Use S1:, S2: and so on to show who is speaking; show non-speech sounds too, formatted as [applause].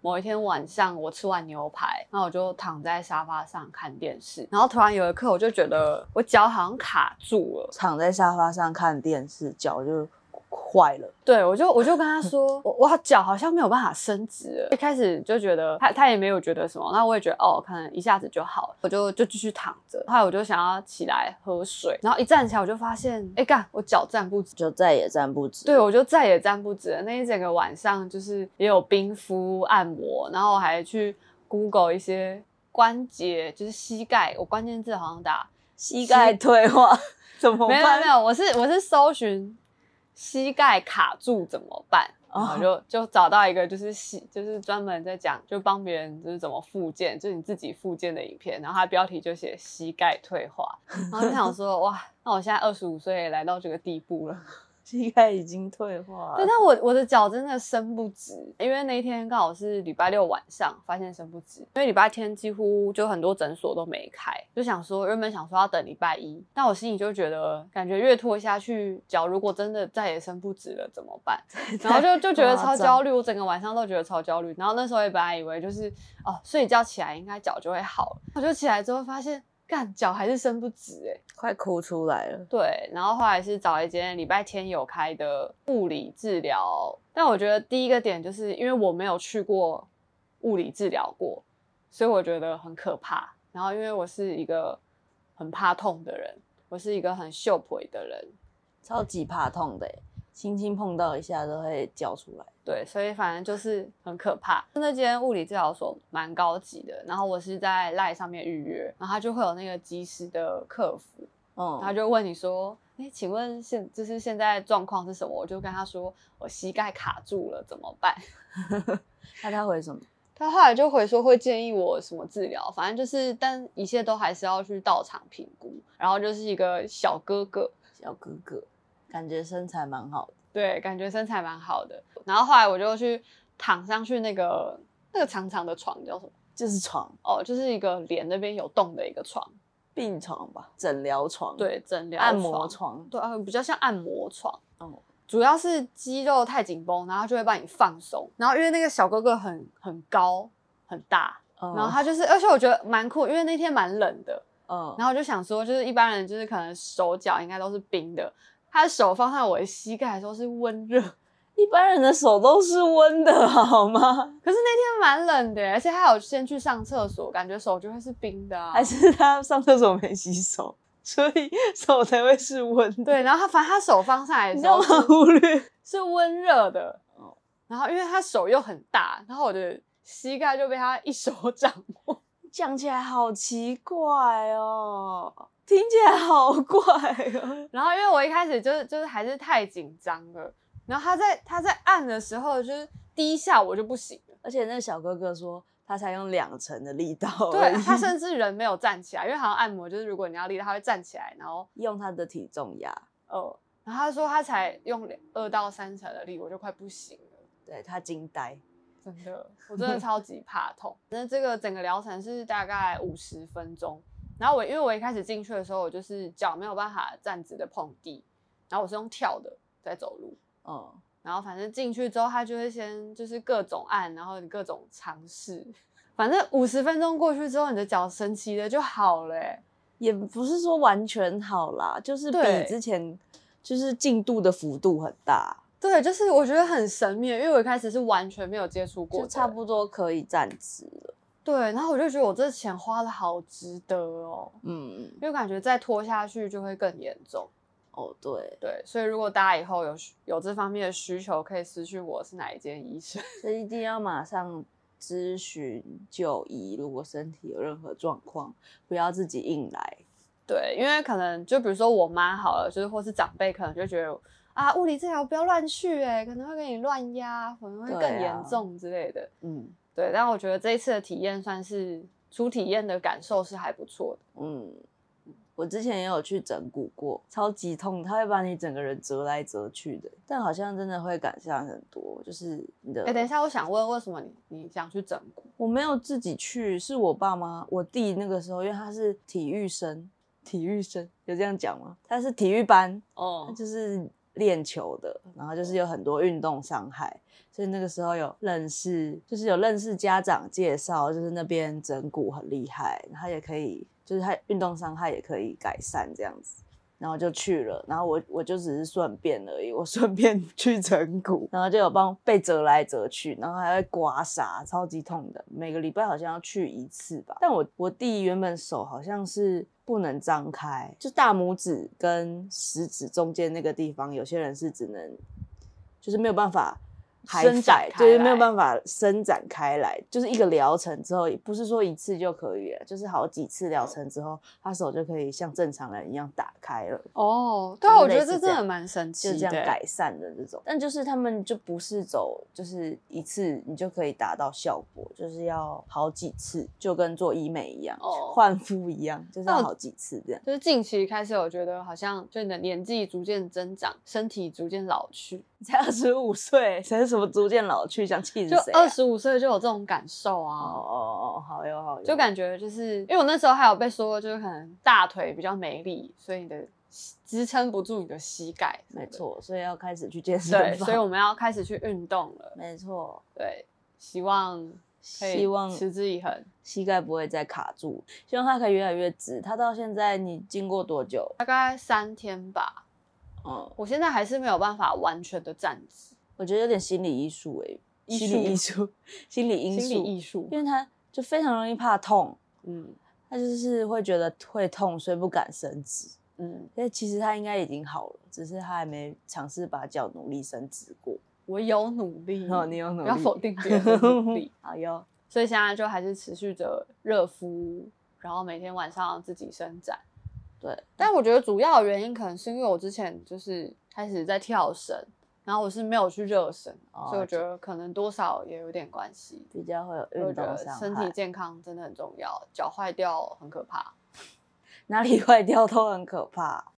S1: 某一天晚上，我吃完牛排，然后我就躺在沙发上看电视，然后突然有一刻，我就觉得我脚好像卡住了。
S2: 躺在沙发上看电视，脚就坏了。
S1: 对，我就我就跟他说，我我脚好像没有办法伸直了。一开始就觉得他他也没有觉得什么，那我也觉得哦，可能一下子就好了，我就就继续躺着。后来我就想要起来喝水，然后一站起来我就发现，哎干，我脚站不直。
S2: 就再也站不直。
S1: 对，我就再也站不直了。那一整个晚上就是也有冰敷按摩，然后我还去 Google 一些关节，就是膝盖，我关键字好像打
S2: 膝盖退化怎么
S1: 没有没
S2: 办？
S1: 有，我是我是搜寻膝盖卡住怎么办，然后
S2: 哦
S1: 就就找到一个就是膝就是专门在讲就帮别人就是怎么复健，就是你自己复健的影片，然后它标题就写膝盖退化，然后就想说哇，那我现在二十五岁也来到这个地步了，
S2: 膝盖已经退化
S1: 对，但
S2: 了。
S1: 我我的脚真的伸不直，因为那一天刚好是礼拜六晚上发现伸不直，因为礼拜天几乎就很多诊所都没开，就想说原本想说要等礼拜一，但我心里就觉得感觉越拖下去，脚如果真的再也伸不直了怎么办？然后就就觉得超焦虑，我整个晚上都觉得超焦虑。然后那时候也本来以为就是哦睡一觉起来应该脚就会好了，我就起来之后发现干脚还是伸不直哎、欸
S2: 快哭出来了。
S1: 对，然后后来是找一间礼拜天有开的物理治疗，但我觉得第一个点就是因为我没有去过物理治疗过，所以我觉得很可怕。然后因为我是一个很怕痛的人，我是一个很秀腿的人，
S2: 超级怕痛的欸，轻轻碰到一下都会叫出来。
S1: 对，所以反正就是很可怕。那间物理治疗所蛮高级的，然后我是在赖上面预约，然后他就会有那个及时的客服，
S2: 嗯，
S1: 他就问你说：“哎、请问现就是现在状况是什么？”我就跟他说：“我膝盖卡住了，怎么办
S2: 那他回什么？？”
S1: 他后来就回说会建议我什么治疗，反正就是，但一切都还是要去到场评估。然后就是一个小哥哥，
S2: 小哥哥，感觉身材蛮好的。
S1: 对，感觉身材蛮好的。然后后来我就去躺上去那个那个长长的床叫什么？
S2: 就是床，
S1: 哦，就是一个脸那边有洞的一个床，
S2: 病床吧，诊疗床，，
S1: 对，诊疗
S2: 按摩床，
S1: 对啊，比较像按摩床。
S2: 哦
S1: 主要是肌肉太紧绷，然后就会帮你放松。然后因为那个小哥哥很很高很大，
S2: 然
S1: 然后他就是，而且我觉得蛮酷，因为那天蛮冷的，
S2: 嗯，
S1: 然后我就想说，就是一般人就是可能手脚应该都是冰的，他的手放在我的膝盖的时候是温热， [laughs] 啊
S2: 一般人的手都是温的，好吗？
S1: 可是那天蛮冷的，而且他有先去上厕所，感觉手就会是冰的啊。
S2: 还是他上厕所没洗手， [laughs] 所以手才会是温的。
S1: 对，然后他反正他手放上来
S2: 你
S1: 的
S2: 知
S1: 时
S2: 道
S1: 候
S2: 吗
S1: 是？
S2: 忽略
S1: 是温热的嗯
S2: 哦。
S1: 然后因为他手又很大，然后我的膝盖就被他一手 [laughs] 掌握。
S2: 讲起来好奇怪哦，听起来好怪哦。
S1: 然后因为我一开始就是就是还是太紧张了，然后他在他在按的时候就是第一下我就不行了，
S2: 而且那个小哥哥说，他才用两成的力道而
S1: 对
S2: [laughs] 已，
S1: 他甚至人没有站起来，因为好像按摩就是如果你要力道，他会站起来，然后
S2: 用他的体重压，
S1: 呃，然后他说他才用两二到三成的力，我就快不行了。
S2: 对他惊呆。
S1: 真的，我
S2: [laughs]
S1: 真的超级怕痛。那这个整个疗程是大概五十分钟，然后我因为我一开始进去的时候，我就是脚没有办法站直的碰地，然后我是用跳的在走路，
S2: 哦、
S1: 然后反正进去之后，他就会先就是各种按，然后你各种尝试，反正五十分钟过去之后，你的脚神奇的就好了、欸。
S2: 也不是说完全好啦，就是比
S1: 对
S2: 之前就是进度的幅度很大，
S1: 对，就是我觉得很神秘，因为我一开始是完全没有接触过
S2: 就
S1: 的，
S2: 差不多可以站直了。
S1: 对，然后我就觉得我这钱花的好值得哦。
S2: 嗯，
S1: 因为感觉再拖下去就会更严重。
S2: 哦对，
S1: 对，所以如果大家以后有需有这方面的需求，可以私讯我是哪一间医生。 [laughs]
S2: 所以一定要马上咨询就医，如果身体有任何状况，不要自己硬来。
S1: 对，因为可能就比如说我妈好了，就是或是长辈可能就觉得啊，物理治疗不要乱去、欸，可能会给你乱压，可能会更
S2: 对啊
S1: 严重之类的。
S2: 嗯
S1: 对，但我觉得这一次的体验算是初体验的感受是还不错的。
S2: 嗯，我之前也有去整骨过，超级痛，它会把你整个人折来折去的，但好像真的会改善很多，就是你的。
S1: 哎、等一下，我想问，为什么你你想去整骨？
S2: 我没有自己去，是我爸妈、我弟那个时候，因为他是体育生，体育生有这样讲吗？他是体育班，
S1: 哦
S2: 他就是练球的，然后就是有很多运动伤害，所以那个时候有认识，就是有认识家长介绍，就是那边整骨很厉害，然后也可以，就是他运动伤害也可以改善这样子。然后就去了，然后我我就只是顺便而已，我顺便 [laughs] 去整骨，然后就有帮被折来折去，然后还会刮痧，超级痛的。每个礼拜好像要去一次吧。但我我弟原本手好像是不能张开，就大拇指跟食指中间那个地方，有些人是只能，就是没有办法海
S1: 伸展
S2: 摆
S1: 开
S2: 就是没有
S1: 来
S2: 办法伸展开来，就是一个疗程之后，也不是说一次就可以了，就是好几次疗程之后，他手就可以像正常人一样打开了。
S1: 哦，对啊，
S2: 就是
S1: 我觉
S2: 类
S1: 得
S2: 似
S1: 这
S2: 这
S1: 真的
S2: 样
S1: 蛮神奇
S2: 就
S1: 的，
S2: 这样改善的这种。但就是他们就不是走就是一次你就可以达到效果，就是要好几次，就跟做医美一样，
S1: 哦
S2: 换肤一样，就是
S1: 那
S2: 要
S1: 我
S2: 好几次这样。
S1: 就是近期开始，我觉得好像就你的年纪逐渐增长，身体逐渐老去，
S2: 你 [laughs] 才二十五岁，谁是什么逐渐老去，想气死
S1: 就
S2: 谁、啊？
S1: 二十五岁就有这种感受
S2: 哦
S1: 啊。
S2: 哦哦，好哟好哟，
S1: 就感觉就是因为我那时候还有被说，就是可能大腿比较没力，所以你的膝支撑不住你的膝盖。
S2: 没，错，所以要开始去健
S1: 对，
S2: 身房。
S1: 所以我们要开始去运动了。
S2: 没错，
S1: 对，希望可以
S2: 希望
S1: 持之以恒。
S2: 膝盖不会再卡住，希望它可以越来越直。它到现在你经过多久？
S1: 大概三天吧，
S2: 嗯，
S1: 我现在还是没有办法完全的站直，
S2: 我觉得有点心理艺术诶，
S1: 艺
S2: 心理
S1: 术
S2: 艺术， [laughs] 心理因素，
S1: 心理艺术。
S2: 因为他就非常容易怕痛，
S1: 嗯
S2: 他就是会觉得会痛，所以不敢伸直。
S1: 嗯，
S2: 但其实他应该已经好了，只是他还没尝试把脚努力伸直过。
S1: 我有努力，
S2: [laughs] 哦你有努
S1: 嗯不要
S2: 力
S1: 否定别人的努力。
S2: [laughs] 好哟，
S1: 所以现在就还是持续着热敷，然后每天晚上自己伸展。
S2: 对，
S1: 但我觉得主要的原因可能是因为我之前就是开始在跳绳，然后我是没有去热身，
S2: 哦
S1: 所以我觉得可能多少也有点关系。
S2: 比较会有
S1: 所以我
S2: 运
S1: 觉
S2: 动
S1: 得
S2: 伤
S1: 身体
S2: 害，
S1: 健康真的很重要，脚坏掉很可怕。
S2: 哪里坏掉都很可怕。